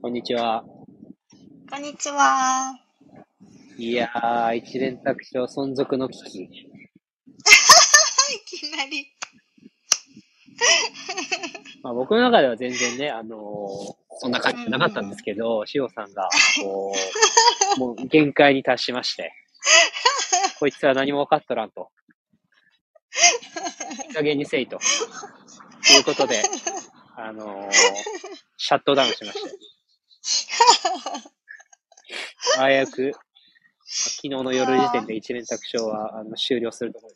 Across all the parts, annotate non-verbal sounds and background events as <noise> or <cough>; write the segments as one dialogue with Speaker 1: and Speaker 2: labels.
Speaker 1: こんにちは。
Speaker 2: こんにちは。
Speaker 1: いやー、一連卓上存続の危機。
Speaker 2: いきなり。
Speaker 1: まあ、僕の中では全然ね、あのーそんな感じじゃなかったんですけど、しおさんが、こう、もう限界に達しまして、こいつは何も分かっとらんと。いい加減にせいと。ということで、あの
Speaker 2: <laughs>
Speaker 1: ーシャットダウンしま
Speaker 2: <laughs>
Speaker 1: した。あやく、昨日の夜時点で一連卓上はあの終了するところ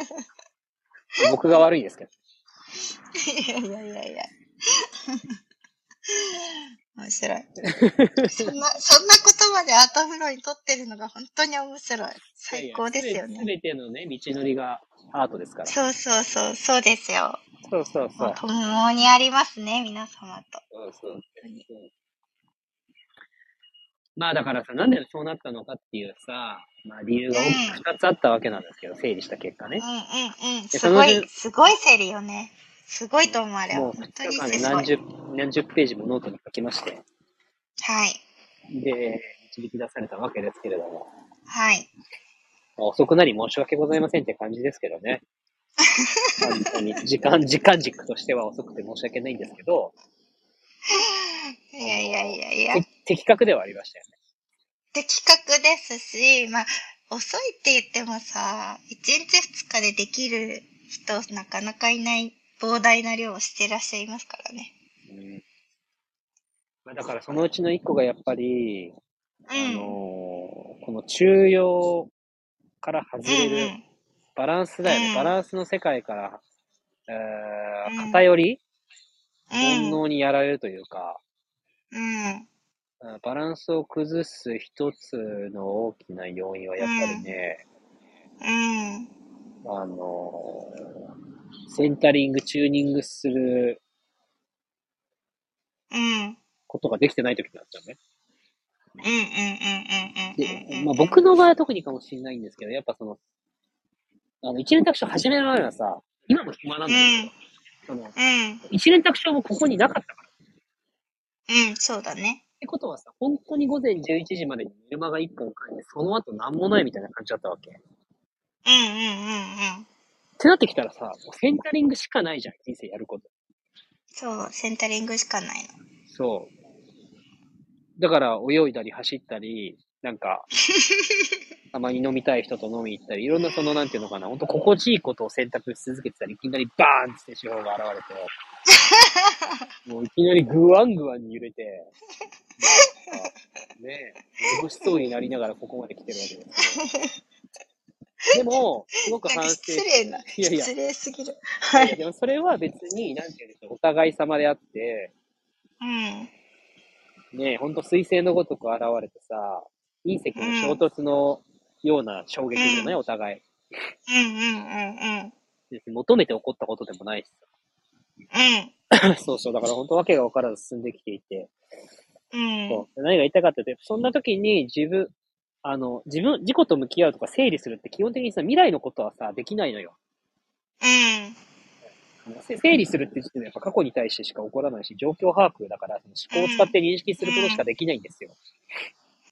Speaker 2: <laughs>
Speaker 1: です。僕が悪いんですけど。
Speaker 2: いやいやいやいや。 <laughs> 面白い。そんな、そんなことまでアートフロイ取ってるのが本当に面白い。最高ですよ
Speaker 1: す
Speaker 2: ね。
Speaker 1: べてのね、道のりがアートですから。そ
Speaker 2: そうそうそう、そうですよ。
Speaker 1: うそうそ
Speaker 2: も
Speaker 1: う
Speaker 2: う。共にありますね、皆様と。
Speaker 1: そうそう
Speaker 2: 当に
Speaker 1: まあだからさ、なんでそうなったのかっていうさ、まあ理由が
Speaker 2: うん
Speaker 1: 2つあったわけなんですけど、整理した結果ね。
Speaker 2: うんうんうん。
Speaker 1: です
Speaker 2: ご
Speaker 1: その
Speaker 2: い、すごいセリよね。すごいと思われ、
Speaker 1: もう
Speaker 2: 本当
Speaker 1: 2
Speaker 2: に
Speaker 1: 日間で
Speaker 2: すごい。
Speaker 1: 何
Speaker 2: はい。
Speaker 1: 十、何十ページもノートに書きまして、で、導き出されたわけですけれども、
Speaker 2: はい。
Speaker 1: まあ遅くなり申し訳ございませんって感じですけどね。本当
Speaker 2: <laughs>
Speaker 1: に、時間、時間軸としては遅くて申し訳ないんですけど、
Speaker 2: いやいやいやいや。
Speaker 1: て的確ではありましたよね。
Speaker 2: 的確ですし、まあ、遅いって言ってもさ、1日2日でできる人、なかなかいない膨大な量をしてらっしゃいますからね。
Speaker 1: うんまあ、だからそのうちの1個がやっぱり、
Speaker 2: う
Speaker 1: あのー
Speaker 2: ん。
Speaker 1: この中庸から外
Speaker 2: うん
Speaker 1: れ
Speaker 2: う
Speaker 1: る
Speaker 2: ん。
Speaker 1: バランスだよね、
Speaker 2: うん
Speaker 1: バランスの世界から、えー
Speaker 2: うん
Speaker 1: 偏り、煩
Speaker 2: うん。
Speaker 1: 悩にやられるというか、
Speaker 2: うん。
Speaker 1: うんバランスを崩す一つの大きな要因はやっぱりね、
Speaker 2: うん。
Speaker 1: あのーセンタリング、チューニングする
Speaker 2: うん。
Speaker 1: ことができてない時なんですよね。
Speaker 2: うんうんうんうんうんうんうんうん。
Speaker 1: で、まあ、僕の場合は特にかもしれないんですけど、やっぱその、あの、一連卓書始める前はさ、今も暇なんだけど、その、
Speaker 2: うん。
Speaker 1: 一連卓上もここになかったから。っ
Speaker 2: うん。そうだね。
Speaker 1: てことはさ、本当に午前11時までにメルマが1本書いて、その後何もないみたいな感じだったわけ。っ
Speaker 2: うんうんうんうん。
Speaker 1: てなってきたらさ、もうセンタリングしかないじゃん、人生やること。
Speaker 2: そう、センタリングしかないの。
Speaker 1: そう。だから、泳いだり走ったり、なん
Speaker 2: <laughs>
Speaker 1: か、たまに飲みたい人と飲み行ったり、いろんなその、なんていうのかな、本当心地いいことを選択し続けてたり、いきなりバーンって手法が現れ
Speaker 2: <laughs>
Speaker 1: て、もういきなりグワングワンに揺れて、なんかねえ、楽しそうになりながらここまで来てるわけですけど。でも、すごく
Speaker 2: な
Speaker 1: 反
Speaker 2: んか
Speaker 1: 省
Speaker 2: 失礼な。
Speaker 1: いやいや
Speaker 2: 失礼すぎる。はい
Speaker 1: や
Speaker 2: い。
Speaker 1: でもそれは別に、なんていうんでしょう、お互い様であって、
Speaker 2: うん。
Speaker 1: ねえ、ほんと彗星のごとく現れてさ、隕石の衝突のような衝撃じゃない、お互い。
Speaker 2: うんうんうんうん。
Speaker 1: 別に求めて起こったことでもないし
Speaker 2: うん。 <laughs>
Speaker 1: さ。そうそう、だから本当わけが分からず進んできていて。
Speaker 2: うん。
Speaker 1: そう何が言いたかったって、そんな時に自分、あの、自分、自己と向き合うとか整理するって基本的にさ、未来のことはさ、できないのよ。
Speaker 2: うん。
Speaker 1: せ整理するって時点でやっぱ過去に対してしか起こらないし、状況把握だから、その思考を使って認識することしかできないんですよ。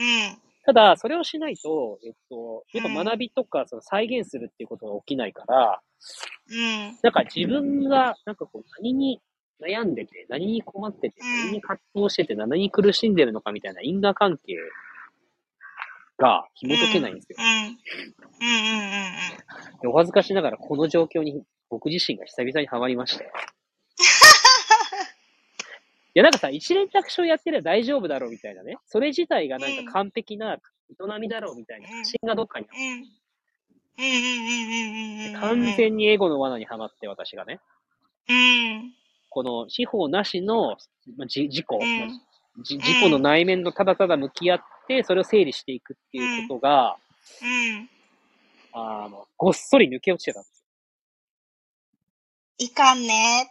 Speaker 2: うん。
Speaker 1: ただ、それをしないと、えっと、やっぱ学びとか、その再現するっていうことが起きないから、
Speaker 2: うん。
Speaker 1: なんか自分が、なんかこう、何に悩んでて、何に困ってて、何に葛藤してて、何に苦しんでるのかみたいな因果関係が紐解けないんですよ
Speaker 2: う。ん。うんうんうんうん。
Speaker 1: でお恥ずかしながら、この状況に僕自身が久々にハマりま
Speaker 2: <laughs>
Speaker 1: したよ。いや、なんかさ、一連着手をやってれば大丈夫だろうみたいなね。それ自体がなんか完璧な営みだろうみたいな、
Speaker 2: うん
Speaker 1: 自信がどっかにあっ
Speaker 2: うん。うんうんうんうんうんうん。
Speaker 1: て、完全にエゴの罠にはまって、私がね。
Speaker 2: うん。
Speaker 1: この司法なしの、まあ、じ事故、
Speaker 2: うん。
Speaker 1: じ事故の内面とただただ向き合って、それを整理していくっていうことが、
Speaker 2: うん。
Speaker 1: あの、ごっそり抜け落ちてたんです
Speaker 2: いかんね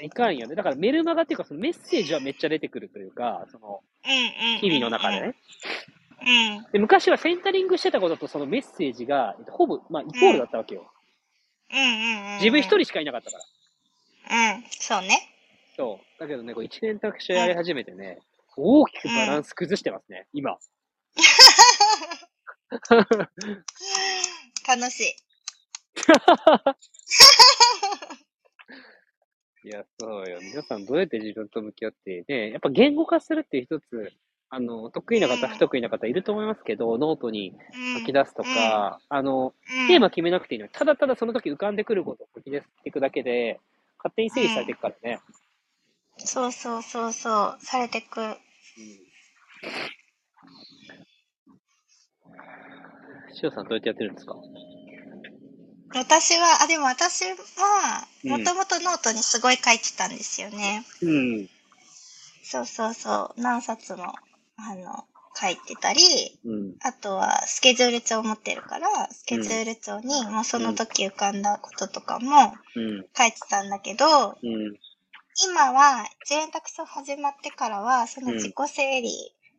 Speaker 1: よ。いかんよね。だからメルマガっていうか、そのメッセージはめっちゃ出てくるというか、その、
Speaker 2: ーって。うんうん。
Speaker 1: 日々の中で。ね。
Speaker 2: うん。
Speaker 1: で、昔はセンタリングしてたこととそのメッセージが、えっとほぼ、まあ、イコールだったわけよ。
Speaker 2: うんうんうん。
Speaker 1: 自分一。人しかいなかったから。
Speaker 2: うん、そうね。
Speaker 1: そう。だけどね、こう一年卓球やり始めてね、大きくバランス崩してますね、
Speaker 2: <laughs>
Speaker 1: 今。
Speaker 2: 楽しい。
Speaker 1: いや、そうよ。皆さんどうやって自分と向き合って、ね、やっぱ言語化するって一つ、あの、得意な方、
Speaker 2: うん
Speaker 1: 不得意な方いると思いますけど、ノートに
Speaker 2: うん、
Speaker 1: 書き出すとか、あの、
Speaker 2: うん、
Speaker 1: テーマ決めなくていいのに、ただただその時浮かんでくることを書き出していくだけで、勝手に整理されていくからね。
Speaker 2: そうそうそうそう、されてく。
Speaker 1: しおさんどうやってやってるんですか
Speaker 2: 私は、あ、でも私は、
Speaker 1: うん
Speaker 2: もともとノートにすごい書いてたんですよね。
Speaker 1: うん。
Speaker 2: そうそうそう、何冊も、あの、書いてたり、
Speaker 1: うん。
Speaker 2: あとはスケジュール帳持ってるから、スケジュール帳にもうその時浮かんだこととかも
Speaker 1: うん。
Speaker 2: 書いてたんだけど、
Speaker 1: うん。
Speaker 2: 今は、一円卓書始まってからは、その自己整理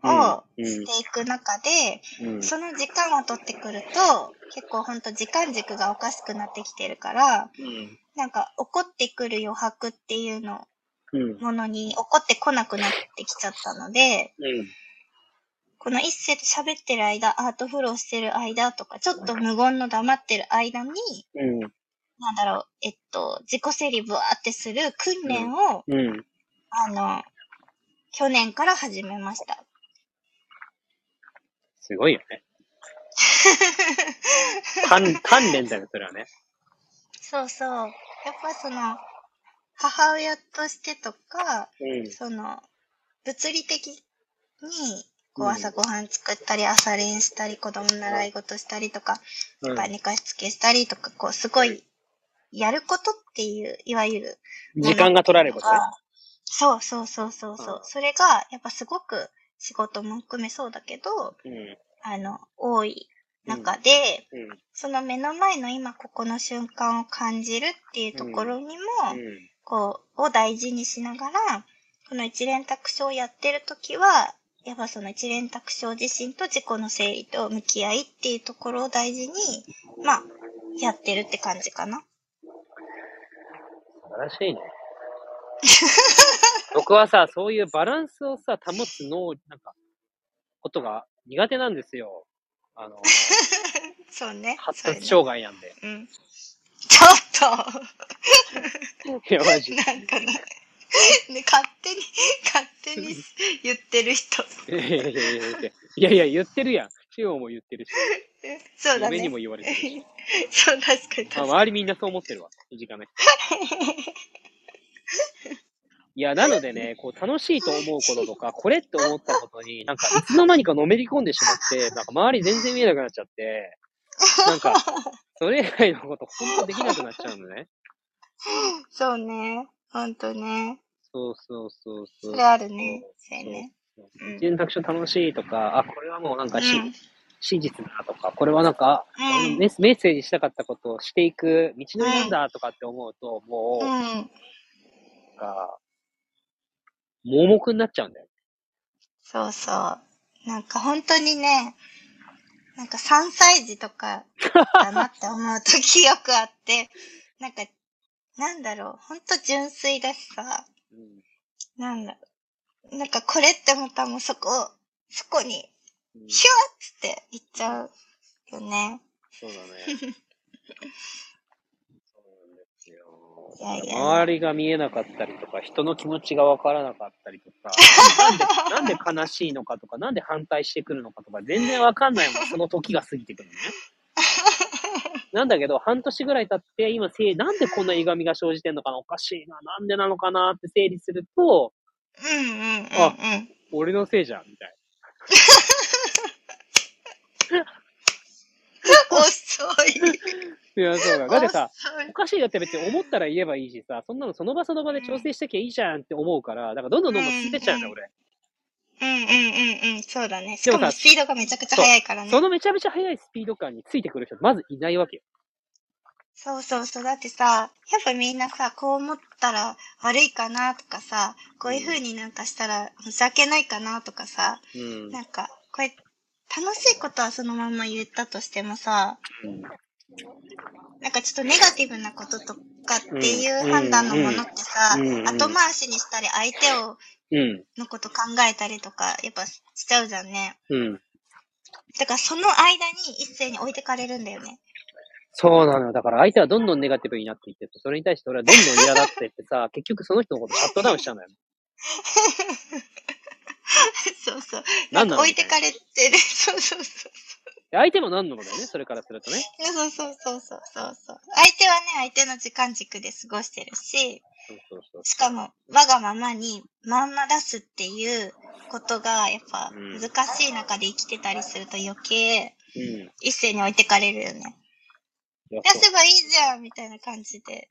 Speaker 2: を
Speaker 1: うん
Speaker 2: していく中で、
Speaker 1: うん。
Speaker 2: その時間を取ってくると、結構ほんと時間軸がおかしくなってきてるから、
Speaker 1: うん。
Speaker 2: なんか怒ってくる余白っていうの、
Speaker 1: うん。
Speaker 2: ものに怒ってこなくなってきちゃったので、
Speaker 1: うん。
Speaker 2: この一節喋ってる間、アートフローしてる間とか、ちょっと無言の黙ってる間に、
Speaker 1: うん。
Speaker 2: なんだろう、えっと、自己整理ぶわーってする訓練を、
Speaker 1: うん。
Speaker 2: あの、去年から始めました。
Speaker 1: すごいよね。鍛鍛錬だよ、それはね。
Speaker 2: そうそう。やっぱその、母親としてとか、
Speaker 1: う
Speaker 2: その、物理的に、こ
Speaker 1: う
Speaker 2: うん朝ごはん作ったり、朝練したり、子供の習い事したりとか、
Speaker 1: ん。
Speaker 2: やっぱ寝かしつけしたりとか、こう、すごい、やることっていう、いわゆる、
Speaker 1: 時間が取られることね。
Speaker 2: そうそうそうそうそう
Speaker 1: う。ん
Speaker 2: それが、やっぱすごく、仕事も含めそうだけど、
Speaker 1: うん。
Speaker 2: あの、多い中で、
Speaker 1: うん。
Speaker 2: その目の前の今ここの瞬間を感じるっていうところにも、
Speaker 1: うん。
Speaker 2: こう、を大事にしながら、この一連卓章をやってるときは、やっぱその一連卓章自身と自己の整理と向き合いっていうところを大事に、まあ、やってるって感じかな。
Speaker 1: 素晴らしいね。僕はさ、そういうバランスをさ、保つの、なんか、ことが苦手なんですよ。あの、
Speaker 2: そうね。
Speaker 1: 発
Speaker 2: そうね
Speaker 1: 達障害なんで。
Speaker 2: うん。ちょっと
Speaker 1: いや、マジ。
Speaker 2: なんかね、ね、勝手に、勝手に言ってる人。
Speaker 1: いやいやいやいやいやいやいや、言ってるやん。中央も言ってるし、
Speaker 2: そうだ
Speaker 1: 嫁に
Speaker 2: ね
Speaker 1: も。言われてるし。
Speaker 2: <laughs> そう、確か
Speaker 1: ま
Speaker 2: に確
Speaker 1: あ
Speaker 2: かに。
Speaker 1: 周りみんなそう思ってるわ、身近な人。いや、なのでね、こう、楽しいと思うこととか、これって思ったことに、なんか、いつの間にかのめり込んでしまって、なんか、周り全然見えなくなっちゃって、なんか、それ以外のこと、ほんとできなくなっちゃうのね。
Speaker 2: そうね。ほんとね。
Speaker 1: そうそうそうそ
Speaker 2: そうれ。あるね。そうやね。うん
Speaker 1: 選択肢楽しいとか、あ、これはもうなん
Speaker 2: う
Speaker 1: かし、
Speaker 2: ん。
Speaker 1: 真実だなとか、これはなんか、
Speaker 2: うん
Speaker 1: メッメッセージしたかったことをしていく道のりなんだとかって思うと、もう、
Speaker 2: うん。
Speaker 1: なんか、盲目になっちゃうんだよ。
Speaker 2: そうそう。なんかほんとにね、なんか3歳児とかだなって思うときよくあって、 <laughs> なんか、なんだろう。ほんと純粋だしさ。
Speaker 1: うん
Speaker 2: なんだろう。なんかこれって思ったらもうそこ、そこに、
Speaker 1: うん
Speaker 2: ひゅわっつって言っちゃうよね。
Speaker 1: そうだね。そうなんですよ
Speaker 2: いやいや
Speaker 1: 周りが見えなかったりとか、人の気持ちがわからなかったりとか、
Speaker 2: <laughs>
Speaker 1: なんでなんで悲しいのかとか、なんで反対してくるのかとか、全然わかんないままその時が過ぎて
Speaker 2: <laughs>
Speaker 1: くるのね。なんだけど、半年ぐらい経って、今せい、なんでこんな歪みが生じてんのかな、おかしいな、なんでなのかなって整理すると、
Speaker 2: うんうんうんうん。
Speaker 1: あ俺のせいじゃん、みたい
Speaker 2: 遅い。
Speaker 1: な。いや、そうだ。だってさ、
Speaker 2: 遅い
Speaker 1: おかしいだって別に思ったら言えばいいしさ、そんなのその場その場で調整してきゃいいじゃんって思うから、だからどんどんどんどん捨てちゃうんだよ、
Speaker 2: うん
Speaker 1: 俺。
Speaker 2: うんうんうんうん、そうだね。し
Speaker 1: でもさ
Speaker 2: かもスピードがめちゃくちゃ速いからね。
Speaker 1: そのめちゃめちゃ速いスピード感についてくる人、まずいないわけよ。
Speaker 2: そうそうそう。だってさ、やっぱみんなさ、こう思ったら悪いかなとかさ、こういう風になんかしたら申し訳ないかなとかさ、
Speaker 1: うん
Speaker 2: なんか、これ、楽しいことはそのまま言ったとしてもさ、
Speaker 1: うん。
Speaker 2: なんかちょっとネガティブなこととかっていう判断のものってさ、
Speaker 1: うんうんうん
Speaker 2: 後回しにしたり相手を
Speaker 1: うん、
Speaker 2: のこと考えたりとかやっぱしちゃうじゃんね。
Speaker 1: うん。
Speaker 2: だからその間に一斉に置いてかれるんだよね。 <laughs>
Speaker 1: そうなのよ。だから相手はどんどんネガティブになっていってて、それに対して俺はどんどん苛立ってってさ、結局その人のことシャットダウンしちゃうのよ。
Speaker 2: そうそう。
Speaker 1: なんなの
Speaker 2: 置いてかれてる。 <laughs> そうそうそう。
Speaker 1: で相手も何なのだよね、それからするとね。
Speaker 2: そうそうそうそうそうそう。相手はね、相手の時間軸で過ごしてるし、
Speaker 1: そうそうそう。
Speaker 2: しかも、我がままにまんま出すっていうことが、やっぱ
Speaker 1: うん
Speaker 2: 難しい中で生きてたりすると余計、
Speaker 1: うん。い
Speaker 2: 一斉に置いてかれるよね。
Speaker 1: や
Speaker 2: 出
Speaker 1: そう
Speaker 2: せばいいじゃんみたいな感じで。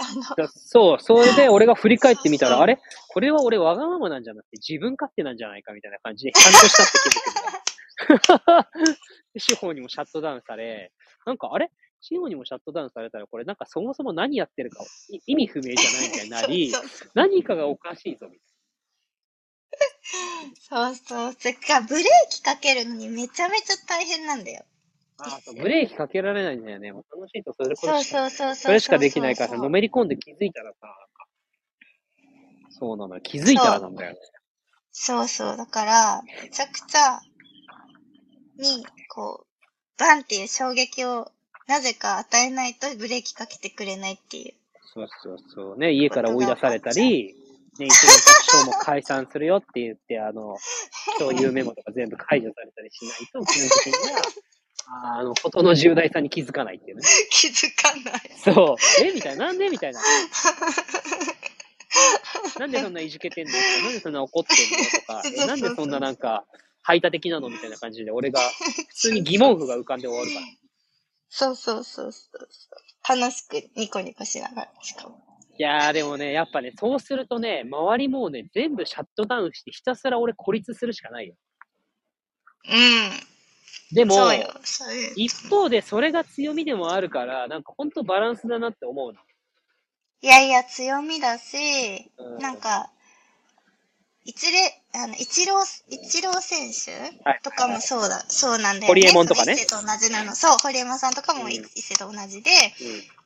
Speaker 2: あの、
Speaker 1: だそう、それで俺が振り返ってみた
Speaker 2: そう
Speaker 1: ら、
Speaker 2: そう
Speaker 1: あれこれは俺わがままなんじゃなくて自分勝手なんじゃないかみたいな感じで、ちゃんとしたって気づくみたいな。 <laughs> で司法にもシャットダウンされ、なんかあれ司法にもシャットダウンされたら、これなんかそもそも何やってるかい意味不明じゃないみたいになり
Speaker 2: そ、うそう
Speaker 1: 何かがおかしいぞみ
Speaker 2: そうそう。それからブレーキかけるのにめちゃめちゃ大変なんだよ。
Speaker 1: たいな。あそうブレーキかけられないんだよね。もう楽しいとそれこ
Speaker 2: そう
Speaker 1: れしか
Speaker 2: そうそうそうう。
Speaker 1: それしかできないからさ、の
Speaker 2: そう
Speaker 1: めり込んで気づいたらさ、なんかそうなのよ。気づいたらなんだよね。
Speaker 2: そうそう。だから、めちゃくちゃに、こう、バンっていう衝撃をなぜか与えないとブレーキかけてくれないっていう。
Speaker 1: そうそうそう。ね、家から追い出されたり、ね、一連特賞も解散するよって言って、あの、そういうメモとか全部解除されたりしないと、基本的には、あの、ことの重大さ <laughs> に気づかないっていうね。
Speaker 2: 気づかない。
Speaker 1: そう。えみたいな。なんでみたいな。なんでそんないじけてんのとか、なんでそんな怒ってんのとかえ、なんで <laughs> そんななんか、排他的なのみたいな感じで、俺が、普通に疑問符が浮かんで終わるから。
Speaker 2: そうそうそうそうそう。楽しくニコニコしながら、しかも。
Speaker 1: いやーでもね、やっぱね、そうするとね、周りもうね、全部シャットダウンして、ひたすら俺孤立するしかないよ。
Speaker 2: う
Speaker 1: で
Speaker 2: ん。
Speaker 1: も、
Speaker 2: そうよ。そういう。
Speaker 1: 一方でそれが強みでもあるから、なんか本当バランスだなって思うの。
Speaker 2: いやいや、強みだし、
Speaker 1: うん
Speaker 2: なんか、一例、あの、一郎、一郎選手
Speaker 1: はい
Speaker 2: とかもそうだ、そうなんだよね。
Speaker 1: ホリエモンとかね
Speaker 2: そう一世と同じなの。そう、堀エモンさんとかも
Speaker 1: うん
Speaker 2: 一世と同じで、っ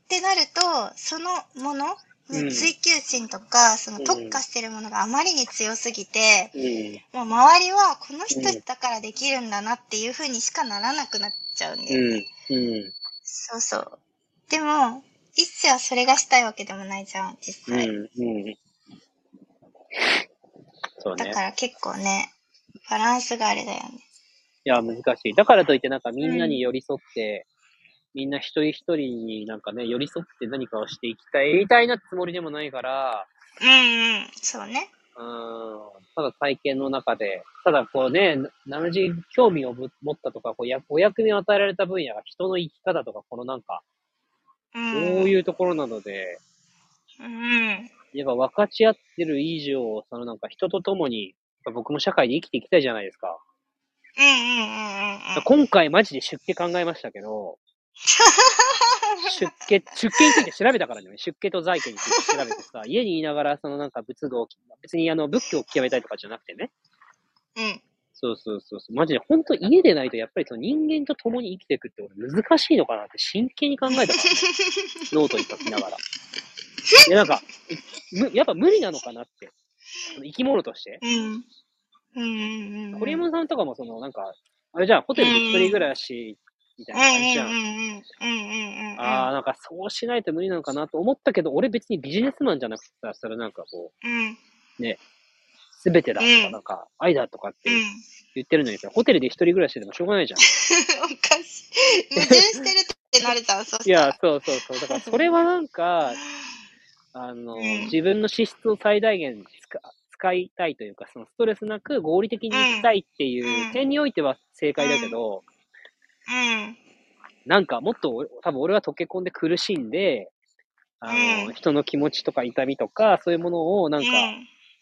Speaker 2: てなると、そのもの、
Speaker 1: うん
Speaker 2: 追求心とか、その
Speaker 1: うん
Speaker 2: 特化してるものがあまりに強すぎて、
Speaker 1: うん。うん。
Speaker 2: もう周りはこの人
Speaker 1: うん
Speaker 2: だからできるんだなっていう風にしかならなくなっちゃうんだよね。
Speaker 1: うん。うん。
Speaker 2: そうそう。でも、一世はそれがしたいわけでもないじゃん、実
Speaker 1: うん。
Speaker 2: 際。
Speaker 1: うん。そう
Speaker 2: だ
Speaker 1: ね。
Speaker 2: から結構ね、バランスがあれだよね。
Speaker 1: いや、難しい。だからといって、なんかみんなに寄り添って、みんな一人一人になんかね、寄り添って何かをしていきたい、みたいなつもりでもないから、
Speaker 2: うんうん、そうね。
Speaker 1: うんただ体験の中で、ただこうね、な同じ興味をぶ持ったとか、こうやお役目を与えられた分野が人の生き方とか、このなんか、
Speaker 2: うん。
Speaker 1: こういうところなので、
Speaker 2: うん。
Speaker 1: やっぱ分かち合ってる以上、そのなんか人と共に、やっぱ僕も社会で生きていきたいじゃないですか。
Speaker 2: うんうんうんうんうん。
Speaker 1: 今回マジで出家考えましたけど、出家、出家について調べたからね、出家と在家について調べてさ、家にいながらそのなんか仏道を、別にあの仏教を極めたいとかじゃなくてね、
Speaker 2: うん。
Speaker 1: そうそうそうそう。マジで、本当家でないと、やっぱりその人間と共に生きていくって俺難しいのかなって真剣に考えたから、ね、
Speaker 2: <laughs>
Speaker 1: ノートに書きながら。いや、なんか、むやっぱ無理なのかなって。その生き物として。
Speaker 2: うん。うんうんうん。
Speaker 1: ホリエモンさんとかもその、なんか、あれじゃん、ホテルで一人暮らし、みたいな感じじゃ
Speaker 2: うん
Speaker 1: ん。
Speaker 2: うんうんうんうんうんうん。
Speaker 1: ああ、なんかそうしないと無理なのかなと思ったけど、俺別にビジネスマンじゃなくてさ、それなんかこう、
Speaker 2: うん
Speaker 1: すべてだと
Speaker 2: う
Speaker 1: か、
Speaker 2: ん
Speaker 1: なんか愛だとかって
Speaker 2: うん。
Speaker 1: 言ってるのにさ、ホテルで一人暮らしでもしょうがないじゃん。
Speaker 2: おかしい。矛盾してるってなるじゃん、そう
Speaker 1: いや、そうそうそう。だから、それはなん
Speaker 2: <laughs>
Speaker 1: か、あの、
Speaker 2: うん
Speaker 1: 自分の資質を最大限使使いたいというか、そのストレスなく合理的に生きたいっていう点においては正解だけど、
Speaker 2: うん。
Speaker 1: なんかもっと俺、多分俺は溶け込んで苦しんで、あの、
Speaker 2: うん
Speaker 1: 人の気持ちとか痛みとか、そういうものをなんか、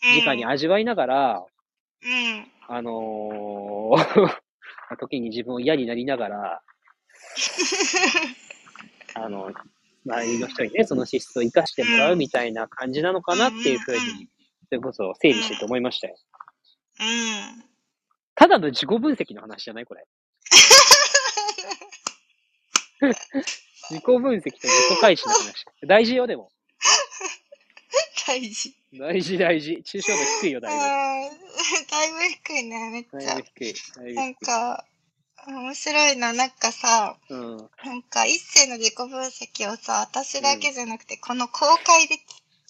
Speaker 2: うん、
Speaker 1: 直に味わいながら、
Speaker 2: うん。
Speaker 1: あのー <laughs> 時に自分を嫌になりなが
Speaker 2: <laughs>
Speaker 1: ら、あの、周りの人にね、その資質を生かしてもらうみたいな感じなのかなっていうふう
Speaker 2: うんうんうん
Speaker 1: に、それこそ整理してて思いましたよ。
Speaker 2: うん。
Speaker 1: ただの
Speaker 2: <laughs>
Speaker 1: 自己分析の話じゃないこれ。自己分析と自己開始の話。大事よ、でも。
Speaker 2: 大事。
Speaker 1: 大事、大事。抽象度低いよ、
Speaker 2: う
Speaker 1: だ
Speaker 2: ん。
Speaker 1: い
Speaker 2: だいぶ低いね、めっ
Speaker 1: ぶ。
Speaker 2: ちゃ
Speaker 1: だい。ぶ低い。だいぶ
Speaker 2: なんか、面白いな、なんかさ、
Speaker 1: 低い。うん。
Speaker 2: なんか一世の自己分析をさ、私だけじゃなくて、この公開で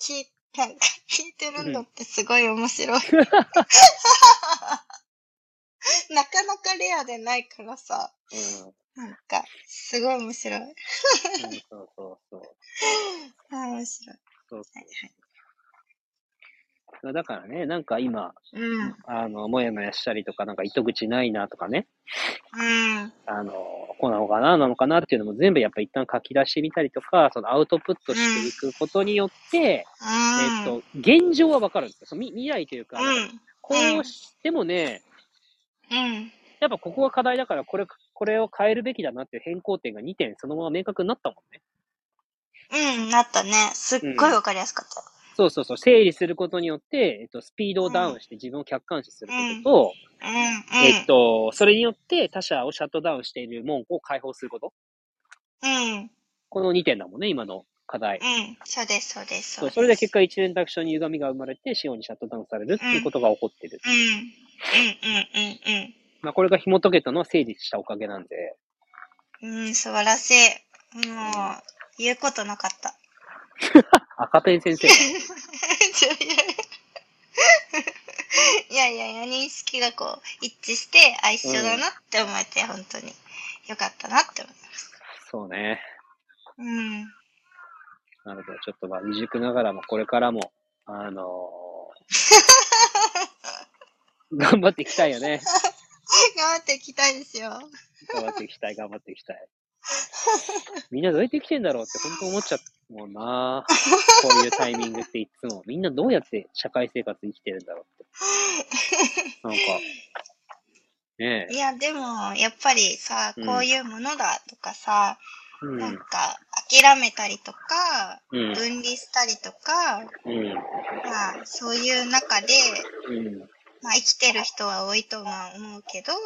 Speaker 2: 聞いなんか聞いてるのってすごい面白い。
Speaker 1: <laughs>
Speaker 2: なかなかレアでないからさ、
Speaker 1: うん。
Speaker 2: なんか、すごい面白い。
Speaker 1: うんそうそうそう。
Speaker 2: あー面白い。
Speaker 1: そう
Speaker 2: はい
Speaker 1: まあだからね、なんか今、
Speaker 2: はい。うん。
Speaker 1: あの、もやもやしたりとか、なんか糸口ないなとかね、
Speaker 2: うん。
Speaker 1: あの、こうなのかな、なのかなっていうのも全部やっぱ一旦書き出してみたりとか、そのアウトプットしていくことによって、えっと、現状はわかるんですよ。その未未来というか、
Speaker 2: うん。
Speaker 1: こうしてもね、
Speaker 2: うん。
Speaker 1: やっぱここが課題だから、これ、これを変えるべきだなっていう変更点が2点そのまま明確になったもんね。
Speaker 2: うん、なったね。すっごいわかりやすかった。
Speaker 1: そうそうそう、整理することによって、えっと、スピードをダウンして自分を客観視することと、
Speaker 2: うん。うん。
Speaker 1: えっと、それによって他者をシャットダウンしている門を解放すること。
Speaker 2: うん。
Speaker 1: この2点だもんね、今の課題。
Speaker 2: うん。そうです、そうです。
Speaker 1: そう
Speaker 2: うす
Speaker 1: それで結果、一連卓上に歪みが生まれて、仕様にシャットダウンされるっていうことが起こってる。
Speaker 2: うん。うん、うん、うん、
Speaker 1: まあ、これが紐解けたのを整理したおかげなんで。
Speaker 2: うん。うん、素晴らしい。もう、言うことなかった。 <laughs>
Speaker 1: 赤ペン先生。
Speaker 2: いやいやいや、認識がこう、一致して、あ、一緒だなって思えて、本当に。よかったなって思います。
Speaker 1: そうね。
Speaker 2: うん。
Speaker 1: なので、ちょっとまあ、未熟ながらも、これからも、あの <laughs> ー頑張っていきたいよね。
Speaker 2: 頑張っていきたいですよ。
Speaker 1: 頑張っていきたい、頑張っていきたい。 <laughs> みんなどうやって生きてんだろうって本当思っちゃうもんな。こういうタイミングっていつも。みんなどうやって社会生活生きてるんだろうって。なんか、ねえ
Speaker 2: い。や、でも、やっぱりさ、
Speaker 1: うん
Speaker 2: こういうものだとかさ、
Speaker 1: う
Speaker 2: なん
Speaker 1: ん。
Speaker 2: か、諦めたりとか、
Speaker 1: うん。
Speaker 2: 分離したりとか、
Speaker 1: うん。
Speaker 2: まあ、そういう中で、
Speaker 1: うん。
Speaker 2: まあ、生きてる人は多いとは思うけど、
Speaker 1: うん。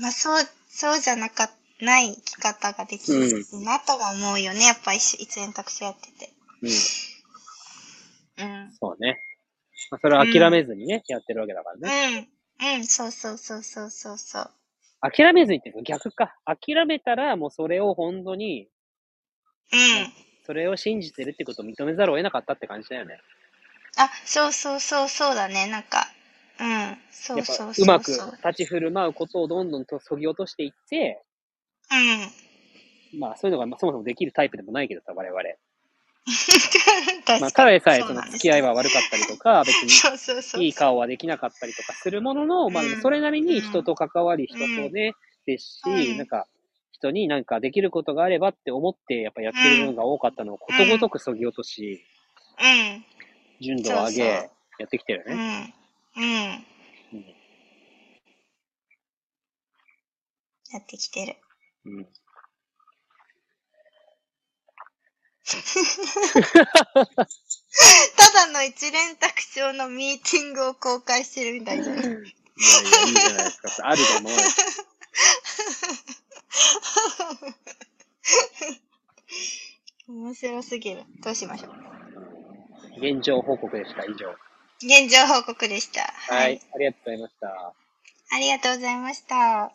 Speaker 2: まあ、そう、そうじゃなか、ない生き方ができるなとは思うよね。やっぱ一緒、一円択肢やってて。
Speaker 1: うん。
Speaker 2: うん。
Speaker 1: そうね。まあ、それは諦めずにね、やってるわけだからね。
Speaker 2: うん。うん、そうそうそうそうそうそう。
Speaker 1: 諦めずにっていうか逆か。諦めたらもうそれを本当に、
Speaker 2: うん。
Speaker 1: それを信じてるってことを認めざるを得なかったって感じだよね。
Speaker 2: あ、そうそうそうそうだね。なんか、うん。そ
Speaker 1: や
Speaker 2: う
Speaker 1: っぱ
Speaker 2: そうそうそう
Speaker 1: うまく立ち振る舞うことをどんどんと削ぎ落としていって、
Speaker 2: うん。 <laughs>
Speaker 1: まあそういうのがまあそもそもできるタイプでもないけどさ、我々。
Speaker 2: 確かに。
Speaker 1: まあただでさえそうの
Speaker 2: なんで
Speaker 1: 付
Speaker 2: す
Speaker 1: き合いは悪かったりと
Speaker 2: <laughs>
Speaker 1: か、別に
Speaker 2: そうそうそう。
Speaker 1: いい顔はできなかったりとかするものの、まあ
Speaker 2: うん
Speaker 1: それなりに人と関わり、人とね、です
Speaker 2: う
Speaker 1: し、
Speaker 2: ん
Speaker 1: なんか人になんかできることがあればって思ってやっぱやってるものが多かったのをことごとく削ぎ落とし、
Speaker 2: うん。
Speaker 1: 純度を上げ、
Speaker 2: そうそう
Speaker 1: やってきてるよ
Speaker 2: う
Speaker 1: ね。
Speaker 2: ん。うん。
Speaker 1: うん
Speaker 2: やってきてる。
Speaker 1: うん。
Speaker 2: ただの一連卓上のミーティングを公開してるみたいじゃん。
Speaker 1: いやいや、いいじゃないですか。あると思うよ。
Speaker 2: 面白すぎる。どうしましょう。
Speaker 1: 現状報告でした。以上。
Speaker 2: 現状報告でした。
Speaker 1: はい。ありがとうございました。
Speaker 2: ありがとうございました。